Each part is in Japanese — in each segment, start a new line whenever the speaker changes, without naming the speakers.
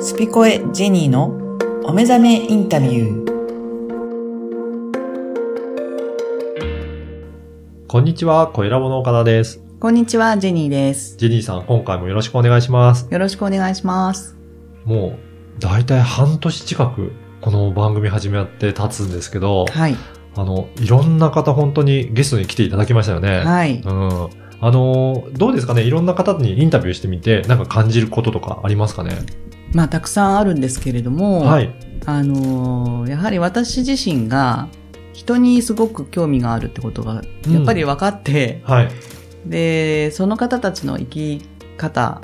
スピコエジェニーのお目覚めインタビュー。
こんにちは、小ラボの岡田です。
こんにちは、ジェニーです。
ジェニーさん、今回もよろしくお願いします。
よろしくお願いします。
もう、だいたい半年近く、この番組始まって経つんですけど、
はい。
あの、いろんな方本当にゲストに来ていただきましたよね。
はい。
うん。あの、どうですかねいろんな方にインタビューしてみて、なんか感じることとかありますかね
まあ、たくさんあるんですけれども、
はい。
あのーやはり私自身が人にすごく興味があるってことが、
うん
やっぱり分かって、
はい。うん
で、その方たちの生き方、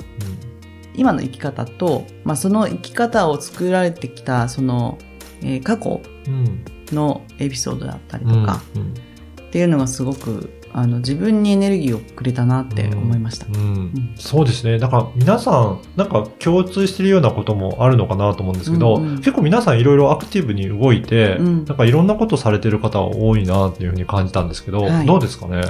今の生き方と、まあ、その生き方を作られてきた、その、えー過去
うん。
のエピソードだったり
う
と
ん。
か、
うん
っていうのがすごく、あの、自分にエネルギーをくれたなって思いました。
うん
ん
そうですね。だから皆さん、なんか共通してるようなこともあるのかなと思うんですけど、
うんうん
結構皆さんいろいろアクティブに動いて、
うん
なんかいろんなことされてる方多いなっていうふうに感じたんですけど、
はい
どうですかね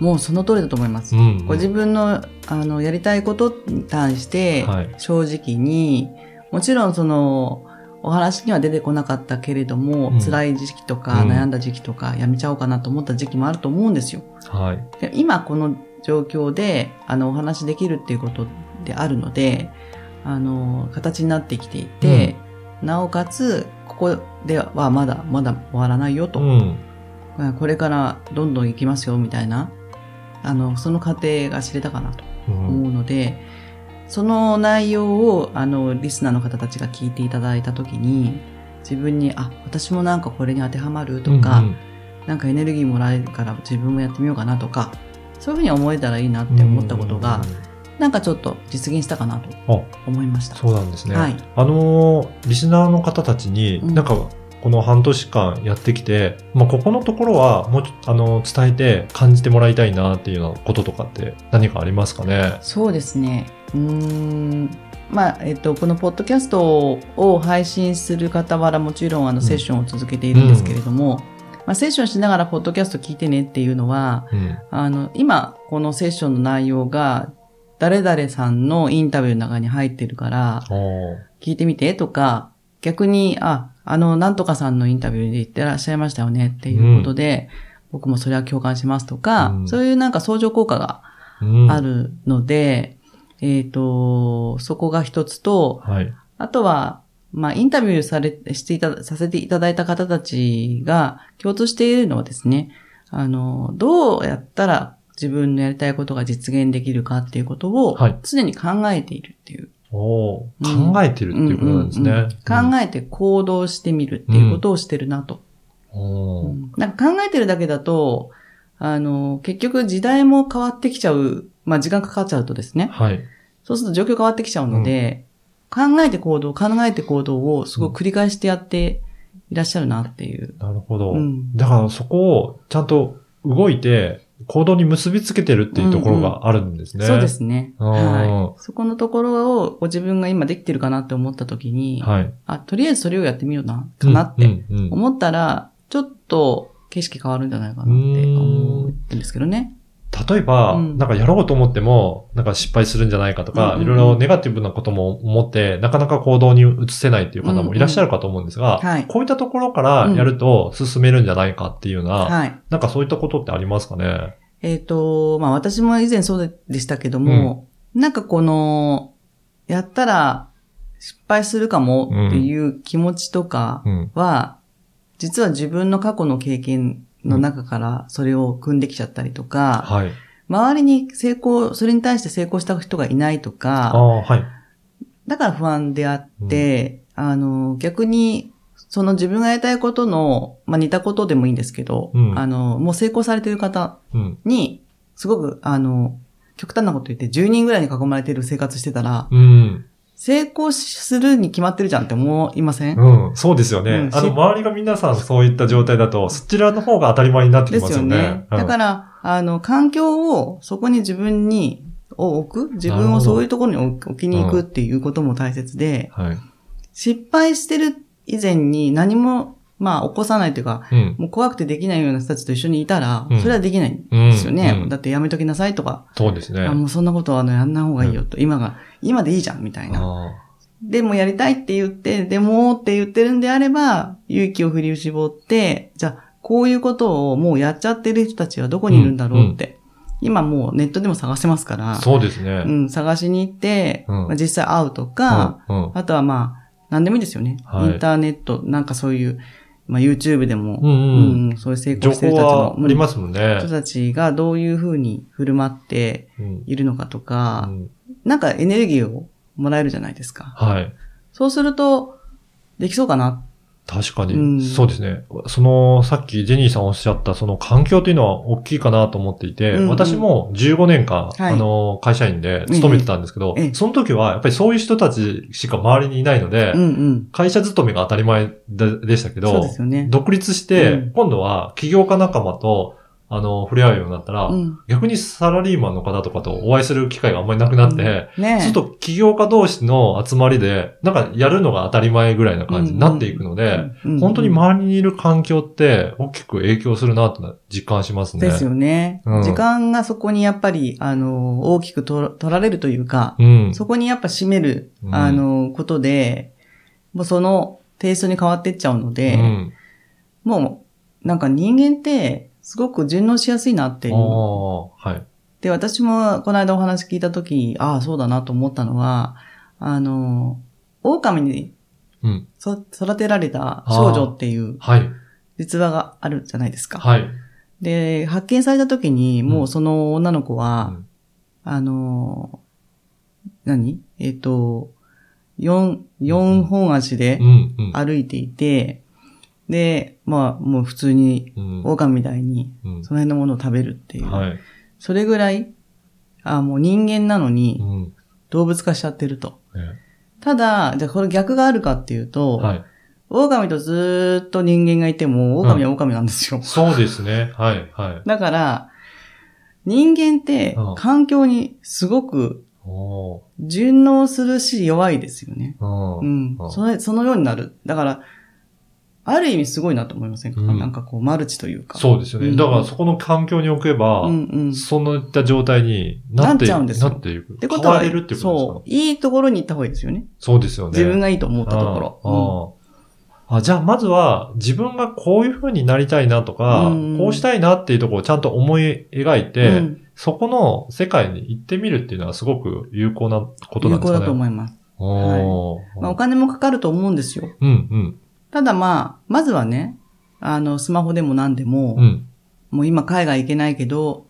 もうその通りだと思います。
ん、
ご自分
分
のあのやりたいことに対して
はい
正直に、もちろんそのお話には出てこなかったけれども、
うん
辛い時期とか
うん
悩んだ時期とかやめちゃおうかなと思った時期もあると思うんですよ。
はい。
で今この状況であのお話できるっていうことであるのであの形になってきていて、なおかつここではまだまだ終わらないよと、
うん。
これからどんどん行きますよみたいなあのその過程が知れたかなと。
うん
思うので、その内容をあのリスナーの方たちが聞いていただいた時に自分にあ私もなんかこれに当てはまるとか、
うん
なんかエネルギーもらえるから自分もやってみようかなとかそういうふうに思えたらいいなって思ったことが、なんかちょっと実現したかなと
あ
思いました。
そうなんですね。
はい
あのーリスナーの方たちに、
うん
なんか、この半年間やってきて、まあ、ここのところは、もうちょっと、あのー伝えて感じてもらいたいなっていうようなこととかって何かありますかね
そうですね。うーん。まあ、えっと、このポッドキャストを配信する傍らもちろんあの
うん
セッションを続けているんですけれども、まあ、セッションしながらポッドキャスト聞いてねっていうのは、
うん。
あの、今、このセッションの内容が、誰々さんのインタビューの中に入ってるから、
おー
聞いてみてとか、逆に、あ、あの、なんとかさんのインタビューで言ってらっしゃいましたよねっていうことで、僕もそれは共感しますとか、
うん
そういうなんか相乗効果が
うん
あ。るので、えっ、と、そこが一つと、
はい。
あとは、まあ、インタビューされ、していた、させていただいた方たちが共通しているのはですね、あの、どうやったら自分のやりたいことが実現できるかっていうことを
はい
常に考えているっていう。
おー
うん
考えてるっていうことなんですね。
うんうんうん考えて行動してみるっていうことをしてるなと。
おー
うんなんか考えてるだけだと、あの、結局時代も変わってきちゃう、まあ、時間かかっちゃうとですね、
はい。
そうすると状況変わってきちゃうので、考えて行動、考えて行動をすごい繰り返してやっていらっしゃるなっていう。
なるほど。
うん
だからそこをちゃんと動いて、行動に結びつけてるっていうところがあるんですね。
そうですね。
あー
はい。そこのところをご自分が今できてるかなって思った時に、
はい。
あ、とりあえずそれをやってみような、かなっ
う
て
んうんうん
思ったら、ちょっと景色変わるんじゃないかなって思うんですけどね。
例えば、
うん
なんかやろうと思っても、なんか失敗するんじゃないかと
うんう
か、
んうん
いろいろネガティブなことも思って、なかなか行動に移せないっていう方もいらっしゃるかと思うんですが、
うんうんはい
こういったところからやると進めるんじゃないかっていうような、
はい。
なんかそういったことってありますかね
えっ、と、まあ私も以前そうでしたけども、なんかこの、やったら失敗するかもっていう気持ちとか
うん。
は、実は自分の過去の経験の中からそれを組んできちゃったりとか、
はい。
周りに成功、それに対して成功した人がいないと
あ
か、
あ、はい。
だから不安であって、あの、逆に、その自分がやりたいことの、まあ似たことでもいいんですけど、
うん
あの、もう成功されてる方
うん。
に、すごく、あの、極端なこと言って、10人ぐらいに囲まれてる生活してたら、
うん。
成功するに決まってるじゃんって思いません、
うん。そうですよね。
うん
あの、
し
周りが皆さんそういった状態だと、そちらの方が当たり前になって
で
きますすよ
よ
ね。
ね。
うん
だから、あの、環境を、そこに自分に、を置く自
なる
分
ほ
を
ど
そういうところに置き置きに行くっていうことも大切で、
はい。
失敗してる以前に何も、まあ、起こさないというか、
うん。
もう怖くてできないような人たちと一緒にいたら
うん、
それはできないん
うん
ですよね。
うん
だってやめときなさいとか、
そうですね。
あもうそんなことはあのやんない方がいいよと、今が、今でいいじゃんみたいな。
あ
でもやりたいって言って、でもって言ってるんであれば、勇気を振り絞って、じゃあ、こういうことをもうやっちゃってる人たちはどこにいるんだろうって。今もうネットでも探せますから、
そうですね。
うん、探しに行って、
うん
まあ実際会うとか、
うんうん
あとはまあ、何でもいいですよね。
はい
インターネット、なんかそういう、まあ YouTube でも、
うんうん
うんそういう成
情
功してる
報
人たちの
は、ありますすもんね
人。たちがどういうふうに振る舞って
うん
いるのかと
う
か、
ん
なんかエネルギーをもらえるじゃないですか。
はい。
そうすると、できそうかな。
確か
うん
に。そうですね。その、さっきジェニーさんおっしゃった、その環境というのは大きいかなと思っていて、
うんうん
私も15年間、
はい
あの、会社員で勤めてたんですけど、
ええええ
その時はやっぱりそういう人たちしか周りにいないので、
うんうん。
会社勤めが当たり前ででしたけ
そう
ど
で、すよね。
独立し
うん
て、今度は起業家仲間と、あの、触れ合うようになったら、
うん。
逆にサラリーマンの方とかとお会いする機会があんまりなくなって、
ね
そうすると起業家同士の集まりで、なんかやるのが当たり前ぐらいな感じになっていくので、
うん
本当に周りにいる環境って大きく影響するなと実感しますね。
ですよね。
うん
時間がそこにやっぱり、あの、大きくと取られるというか、
うん。
そこにやっぱ占める
う、ん
あの、ことで、もうそのテイストに変わってっちゃうので、
うん。
もう、なんか人間って、すごく順応しやすいなってい
あ
う。
あ、はい。
で、私もこの間お話聞いたとき、ああ、そうだなと思ったのは、あの、狼に
うん。
そ育てられた少女っていう
はい。
実話があるじゃないですか。
はい。
で、発見された時に、もうその女の子は、
うん
あの、何えっ、と、四、四本足で
うん。うん。
歩いていて、で、まあ、もう普通に、
うん
狼みたいに、
うん
その辺のものを食べるっていう。
はい。
それぐらい、あもう人間なの
う
に、
ん。
動物化しちゃってると。
ね
ただ、じゃあこれ逆があるかっていうと、
はい。
狼とずーっと人間がいても、狼は狼なん ですよ。
そうですね。はい。はい。
だから、人間って
うん
環境にすごく
お
順応するし弱いですよね。
ー
う
うん。
ん
う。ん
それそのようになる。だから、ある意味すごいなと思いませんか、
うん
なんかこう、マルチというか。
そうですよ
う
ね。
ん
だからそこの環境に置けば
う、んうん。っ
そのいった状態になって、
なっちゃうんですよ
なっていく。
て
変
ことは、
われるってことですか
そう。いいところに行った方がいいですよね。
そうですよね。
自分がいいと思ったところ。
あああじゃあ、まずは、自分がこういう風になりたいなとか、
うん
こうしたいなっていうところをちゃんと思い描いて、
うん
そこの世界に行ってみるっていうのはすごく有効なことな
有
んで
効
すかね。
だと思います。
おー
まあ、お金もかかると思うんですよ。
うん、
ただまあ、まずはね、あの、スマホでも何でも、
うん、うん、
もう今海外行けないけど、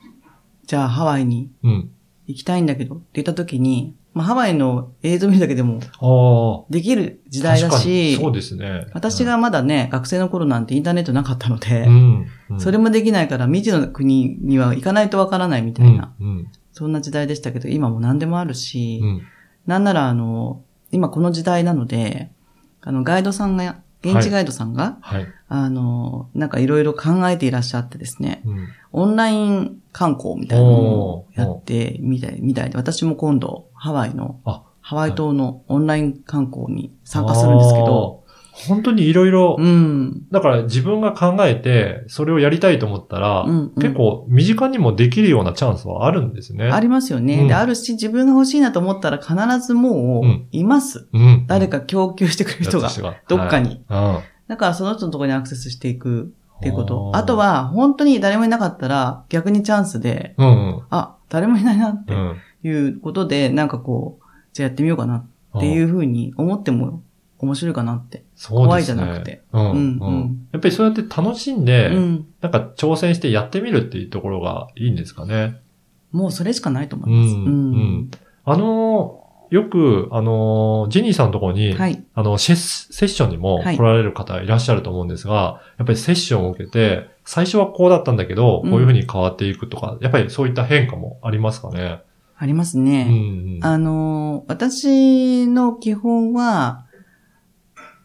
じゃあハワイに
うん。
行きたいんだけどって言った時に、まあ、ハワイの映像見るだけでも
ああ。
できる時代だ
確かに
し、
そうですね。
私がまだね、学生の頃なんてインターネットなかったので、
うん、うん。
それ
も
もできないから未知の国には行かないとわからないみた
う
い
ん
な、、
うん、
そんな時代でしたけど、今もう何でもあるし、
うん。
なんならあの、今この時代なので、あの、ガイドさんが、現地ガイドさんが、
はい。
あの、なんかいろいろ考えていらっしゃってですね、
うん、
オンライン観光みたいなのをやってみたい、みたいで、私も今度ハワイの
あ、
ハワイ島のオンライン観光に参加するんですけど、
あー。本当にいろいろ
うん。
だから自分が考えて、それをやりたいと思ったら、
うんうん
結構身近にもできるようなチャンスはあるんですね。
ありますよね。
うん
で、あるし、自分が欲しいなと思ったら必ずも
う
うんいます。
うん。
誰か供給してくれる人が、
やつが
どっか。に。
はい
だからその人のところにアクセスしていくっていうこと。
あー
あとは、本当に誰もいなかったら逆にチャンスで、
うん。うん
あ、誰もいないなっ
うん。
ていうことで、なんかこう、じゃあやってみようかな
うん
っていうふうに思っても面白いかなって。
そうですね
怖いじゃなくて。
うん。う
うんうん
ん。やっぱりそうやって楽しんで、
うん。
なんか挑戦してやってみるっていうところがいいんですかね。
もうそれしかないと思
う
います。
ん。うん。あのーよく、あのージェニーさんのところに、
はい。
あの、シェスセッションにも
はい
来られる方いらっしゃると思うんですが、やっぱりセッションを受けて、最初はこうだったんだけど、
うん
こういうふうに変わっていくとか、やっぱりそういった変化もありますかね。
あります
う
ね。
ん、うん。
あのー、私の基本は、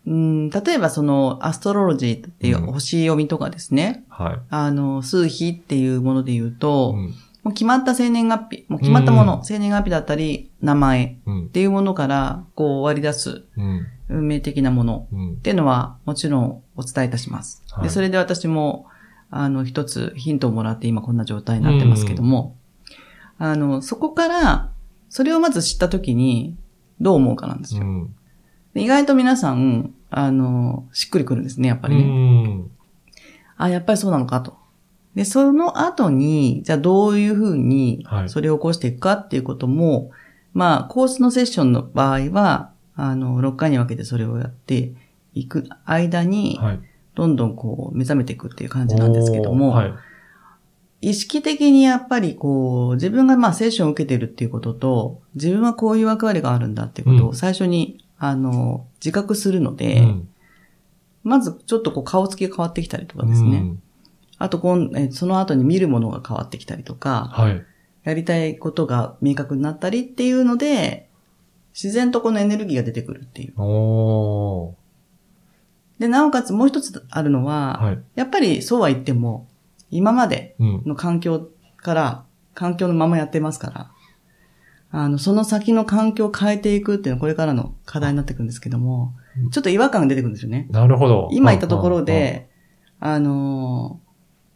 うん、例えばその、アストロロジーっていう
うん
星読みとかですね。
はい。
あの、数比っていうもので言うと、
うん。
もう決まった生年月日、もう決まったもの、
うん
生年月日だったり、名前
う
っ
ん。
ていうものから、こう割り出す
うん。
運命的なもの
うん
っ。ていうのは、もちろんお伝えいたします。
は
で、
い
それで私も、あの、一つヒントをもらって今こんな状態になってますけども、あの、そこから、それをまず知ったときに、どう思うかなんです
う
よ。
ん。
で意外と皆さん、あの、しっくりくるんですね、やっぱ
う
りね。
ん。
あ、やっぱりそうなのかと。で、その後に、じゃあどういうふうに
はい
それを起こしていくかっていうことも、まあ、コースのセッションの場合は、あの、6回に分けてそれをやっていく間に、
はい。
どんどんこう、目覚めていくっていう感じなんですけども、
おーはい。
意識的にやっぱりこう、自分がまあセッションを受けてるっていうことと、自分はこういう役割があるんだっていうこと
う
を最初に、あの、自覚するので、
うん
まずちょっとこう顔つきが変わってきたりとかですね。
うん
あとこん、えーその後に見るものが変わってきたりとか、
はい。
やりたいことが明確になったりっていうので、自然とこのエネルギーが出てくるっていう。
おー。
で、なおかつもう一つあるのは、
はい。
やっぱりそうは言っても、今まで
うん。
の環境から、環境のままやってますから、あの、その先の環境を変えていくっていうのはこれからの課題になってくるんですけども
うん、
ちょっと違和感が出てくるんですよね。
なるほど。
今言ったところで、あのー、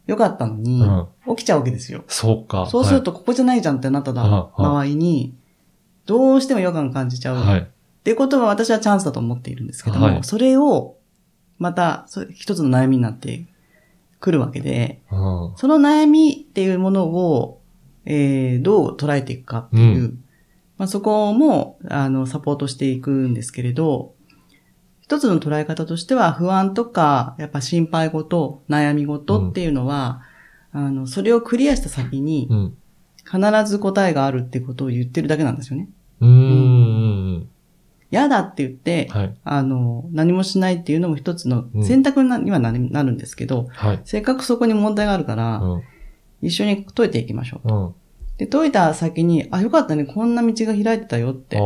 良かったの
う
に
ん、うん、うん。
起きちゃうわけですよ。
そうか。
そうすると、ここじゃないじゃんってなった場合に、どうしても違和感を感じちゃう。
はい。は
っ
い。
ていうことは私はチャンスだと思っているんですけども、
はい
それを、また、それ一つの悩みになってくるわけで、
うん。
その悩みっていうものを、えーどう捉えていくかっていう、
う
まあ、そこも、あの、サポートしていくんですけれど、一つの捉え方としては、不安とか、やっぱ心配事、悩み事っていうのは、あの、それをクリアした先に、
うん。
必ず答えがあるってことを言ってるだけなんですよね。
うーん。
嫌だって言って、
はい。
あの、何もしないっていうのも一つの
うん
選択になにはなりなるんですけど、
はい。
せっかくそこに問題があるか
う
ら、
ん。
一緒に解いていきましょう。
うん。
で、解いた先に、あ、よかったね、こんな道が開いてたよって。
あ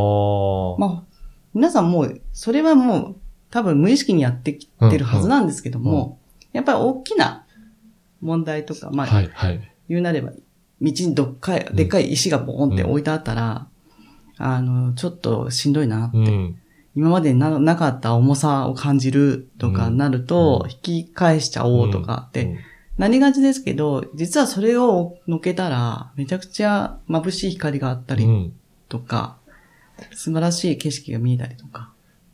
まあ、皆さんもう、それはもう、多分無意識にやってきてるはずなんですけども、
うん
やっぱり大きな問題とか、ま
あ。
あ、
はい。はい。
言うなれば、道にどっかい、
ん
でっかい石がボーンって置いてあったら、あの、ちょっとしんどいな。
うん。
今までにななかった重さを感じるとか
うん
なると、
うん
引き返しちゃおうとかって、
うん、
なりがちですけど、実はそれをのけたら、めちゃくちゃ眩しい光があった
う
り
ん。
とか、素晴らしい景色が見えたりとか、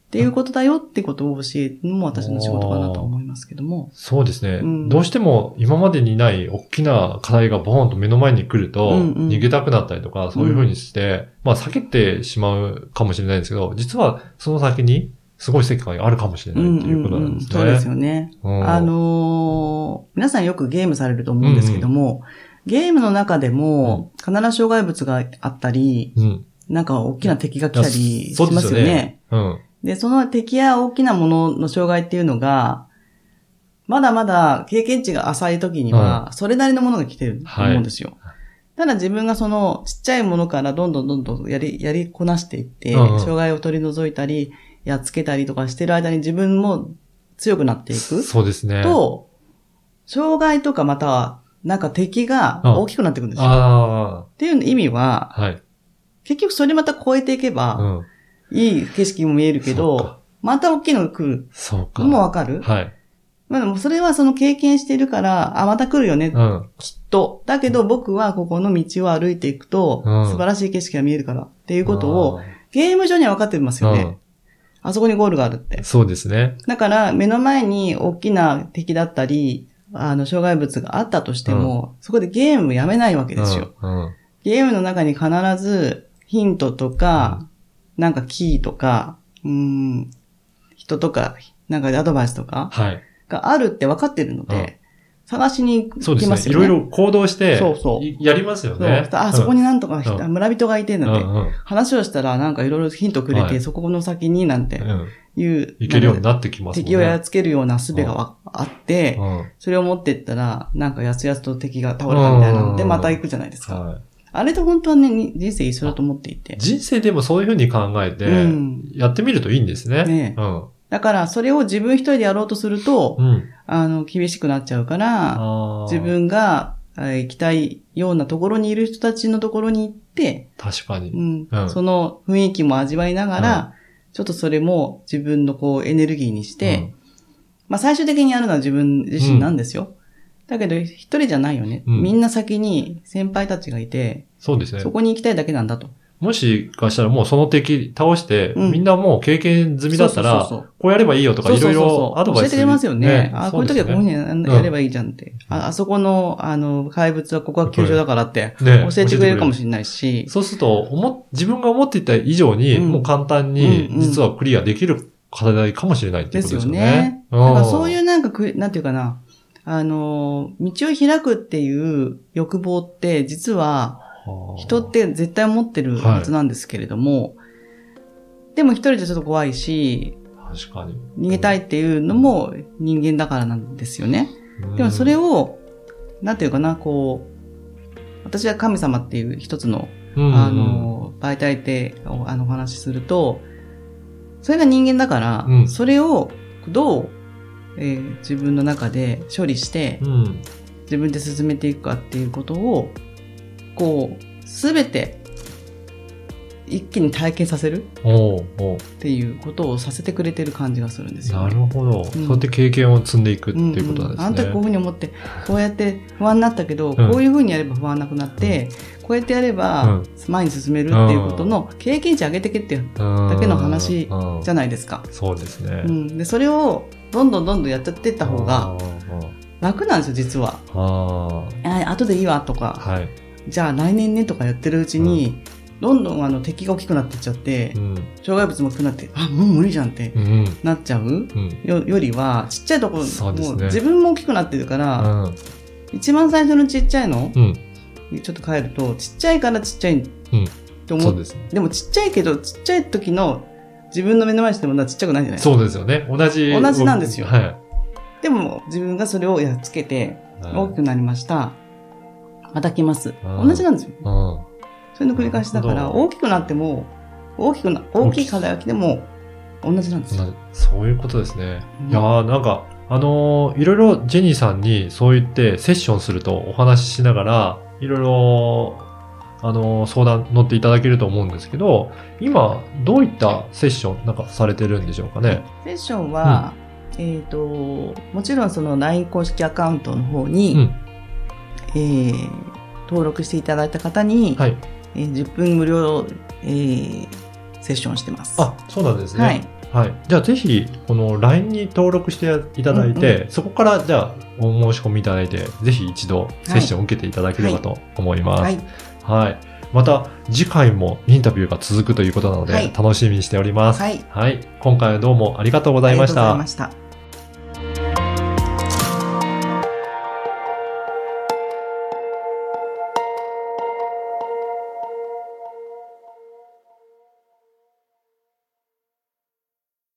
っていうことだよってことを教えるのも私の仕事かなと思いますけども。
そうですね、
うん
どうしても今までにない大きな課題がボーンと目の前に来ると、
うんうん
逃げたくなったりとか、そういうふうにして、まあ避けてしまうかもしれないですけど、実はその先にすごい世界があるかもしれないっていうことなんですね。
そうですよね。
うん
あ、のー皆さんよくゲームされると思うんですけども、ゲームの中でも、必ず障害物があったり、
うん。
なんか大きな敵が来たり
いや
し
そう
ま
ですす
よ
よ
ね。
ね
で
うん。
その敵や大きなものの障害っていうのが、まだまだ経験値が浅い時には、それなりのものが来てると思うんですよ。ただ自分がそのちっちゃいものからどんどんどんどんやり、やりこなしていって、
うんうん
障害を取り除いたり、やっつけたりとかしてる間に自分も強くなっていく。
そうですね。
と、障害とかまたは、なんか敵が大きくなってくるんですよ。っ
あ
ていう意味
あ、
は、
はい。
結局それまた超えていけ
う
ば、
ん。
いい景色も見えるけ
そう
ど
か、
また大きいのが来る
そうか。
のもわかる
はい。
まあでもそれはその経験してるから、あ、また来るよね
う、ん。
きっと。だけど僕はここの道を歩いていくと、
うん
素晴らしい景色が見えるからっていうことを、
あ
ゲーム上には分かってます
ー、
よね。あそこにゴールがあるって
うん。。そうですね。
だから、目の前に大きな敵だったり、あの、障害物があったとしても、そこでゲームやめないわけですよ。
うん。うん
ゲームの中に必ず、ヒントとか、なんかキーとか、うん、人とか、なんかアドバイスとか
はい。
があるって分かってるので、
うん
探しに行
そうで
き
す
ま
ね。
す
い
よ
ろ
ね。
いろ行動して、
そうそう
いやりますよ
そう
ね。
あ、そこになんとか、
うん
村人がいてん
う
だ
ん
っ
う
て、
ん
話をしたらなんかいろいろヒントくれて、
はい
そこの先になんて
うん。
いう、
いけるようになってきますもんね。
敵をやっつけるような術がわあって、
うん。
それを持ってったら、なんかやすやすと敵が倒れたみたいなので、
うん
また行くじゃないですか。
は
あれと本当はね、に人生一緒だと思ってい
い。
て。
人生でもそういうふうに考えて
う、ん。
やってみるといいんですね。
ねえ
うん。
だから、それを自分一人でやろうとすると、
うん。
あの、厳しくなっちゃうから、
あー
自。分がえー行きたいようなところにいる人たちのところに行って、
確か
う
に。
ん
うん
その雰囲気も味わいながら、ちょっとそれも自分のこうエネルギーにして、まあ最終的にやるのは自分自身なんですよ。だけど、一人じゃないよね、
うん
みんな先に先輩たちがいて、
そうですね
そ。こに行きたいだけなんだと。
もしかしたらもうその敵倒して、
うん
みんなもう経験済みだったら、
そうそうそうそう
こうやればいいよとか
そう
い
そ
ろ
う
い
そう
ろアドバイス
教えてくれますよね。あ、こういう時はこういうふう
ね
にややればいいじゃんって。ああそこの、あの、怪物はここは球場だからって、
そうですねね
教えてくれるかも
れ
しれないし
ない。そうすると、思っ自分が思っていた以上に、
うん
もう簡単
う
に
んうん
実はクリアできる課題かもしれないっていうことですよね。
だからそういううなんかく、なんていうかな、あの、道を開くっていう欲望って、実は
ん
人って絶対持ってるはずなんですけれども、でも一人じゃちょっと怖いし、
確かに。
逃げたいっていうのも人間だからなんですよね。
うん。
でもそれを、なんていうかな、こう、私は神様っていう一つの
うん、うん
あ、の、媒体っておあのお話しすると、それが人間だから、
うん
それをどう、えー自分の中で処理して
う、ん。
自分で進めていくかっていうことを、こう、すべて一気に体験させる
おうおう
っていうことをさせてくれてる感じがするんですよ、
なるほど、
うん
そうやって経験を積んでいくって
うん
いうことなん
う
ですね。
んあの時こういうふうに思って、こうやって不安になったけど、
ん
こういうふうにやれば不安なくなって、こうやってやれば前に進めるっていうことの経験値上げてけっていうだけの話
うん
じゃないですか。
そうですね。
うん、でそれをどんどんどんどんやっちゃってった方が楽なんですよ実は。
あー。あー
あ後でいいわとか、
はい。
じゃあ来年ねとかやってるうちに、どんどんあの敵が大きくなってっちゃって
う、ん。
障害物も大きくなって、あ、もう無理じゃんって
うん。
なっちゃう
うん。
よよりは、ちっちゃいところ、
そうです
も
ね
う自分も大きくなってるから、
うん。
一番最初のちっちゃいの
うん。
にちょっと変えると、ちっちゃいからちっちゃいって思。
そうう
で
ですね。
もちっちゃいけど、ちっちゃい時の自分の目の前にしてものはちっちゃくないじゃない
そうですよね。同じ。
同じなんですよ
はい。
でも自分がそれをやっつけて、大きくなりました。また来ます。
うん
同じなんですよ。
うん。
それの繰り返しだか
な
ら、
るほど
大きくなっても、大きくな、大きい課題が来ても、同じなんですよ。
なそういうことですね。
うん
いやーなんか、あのーいろいろジェニーさんにそう言ってセッションするとお話ししながら、いろいろ、あのー相談乗っていただけると思うんですけど、今、どういったセッションなんかされてるんでしょうかね。
セッションは、えっ、と、もちろんその LINE 公式アカウントの方に、
うん
えー登録していただいた方に、
はい。
えー10分無料、えーセッションしてます。
あ、そうなんですね。
はい。
はい。じゃあぜひ、この LINE に登録していただいて、そこからじゃあお申し込みいただいて、ぜひ一度セッションを受けていただければと思います。
はい。
はい。また次回もインタビューが続くということなので、
はい
楽しみにしております。
はい。
はい。今回はどうもありがとうご
あ
ざいまし
りがとうござ
た
いま。した。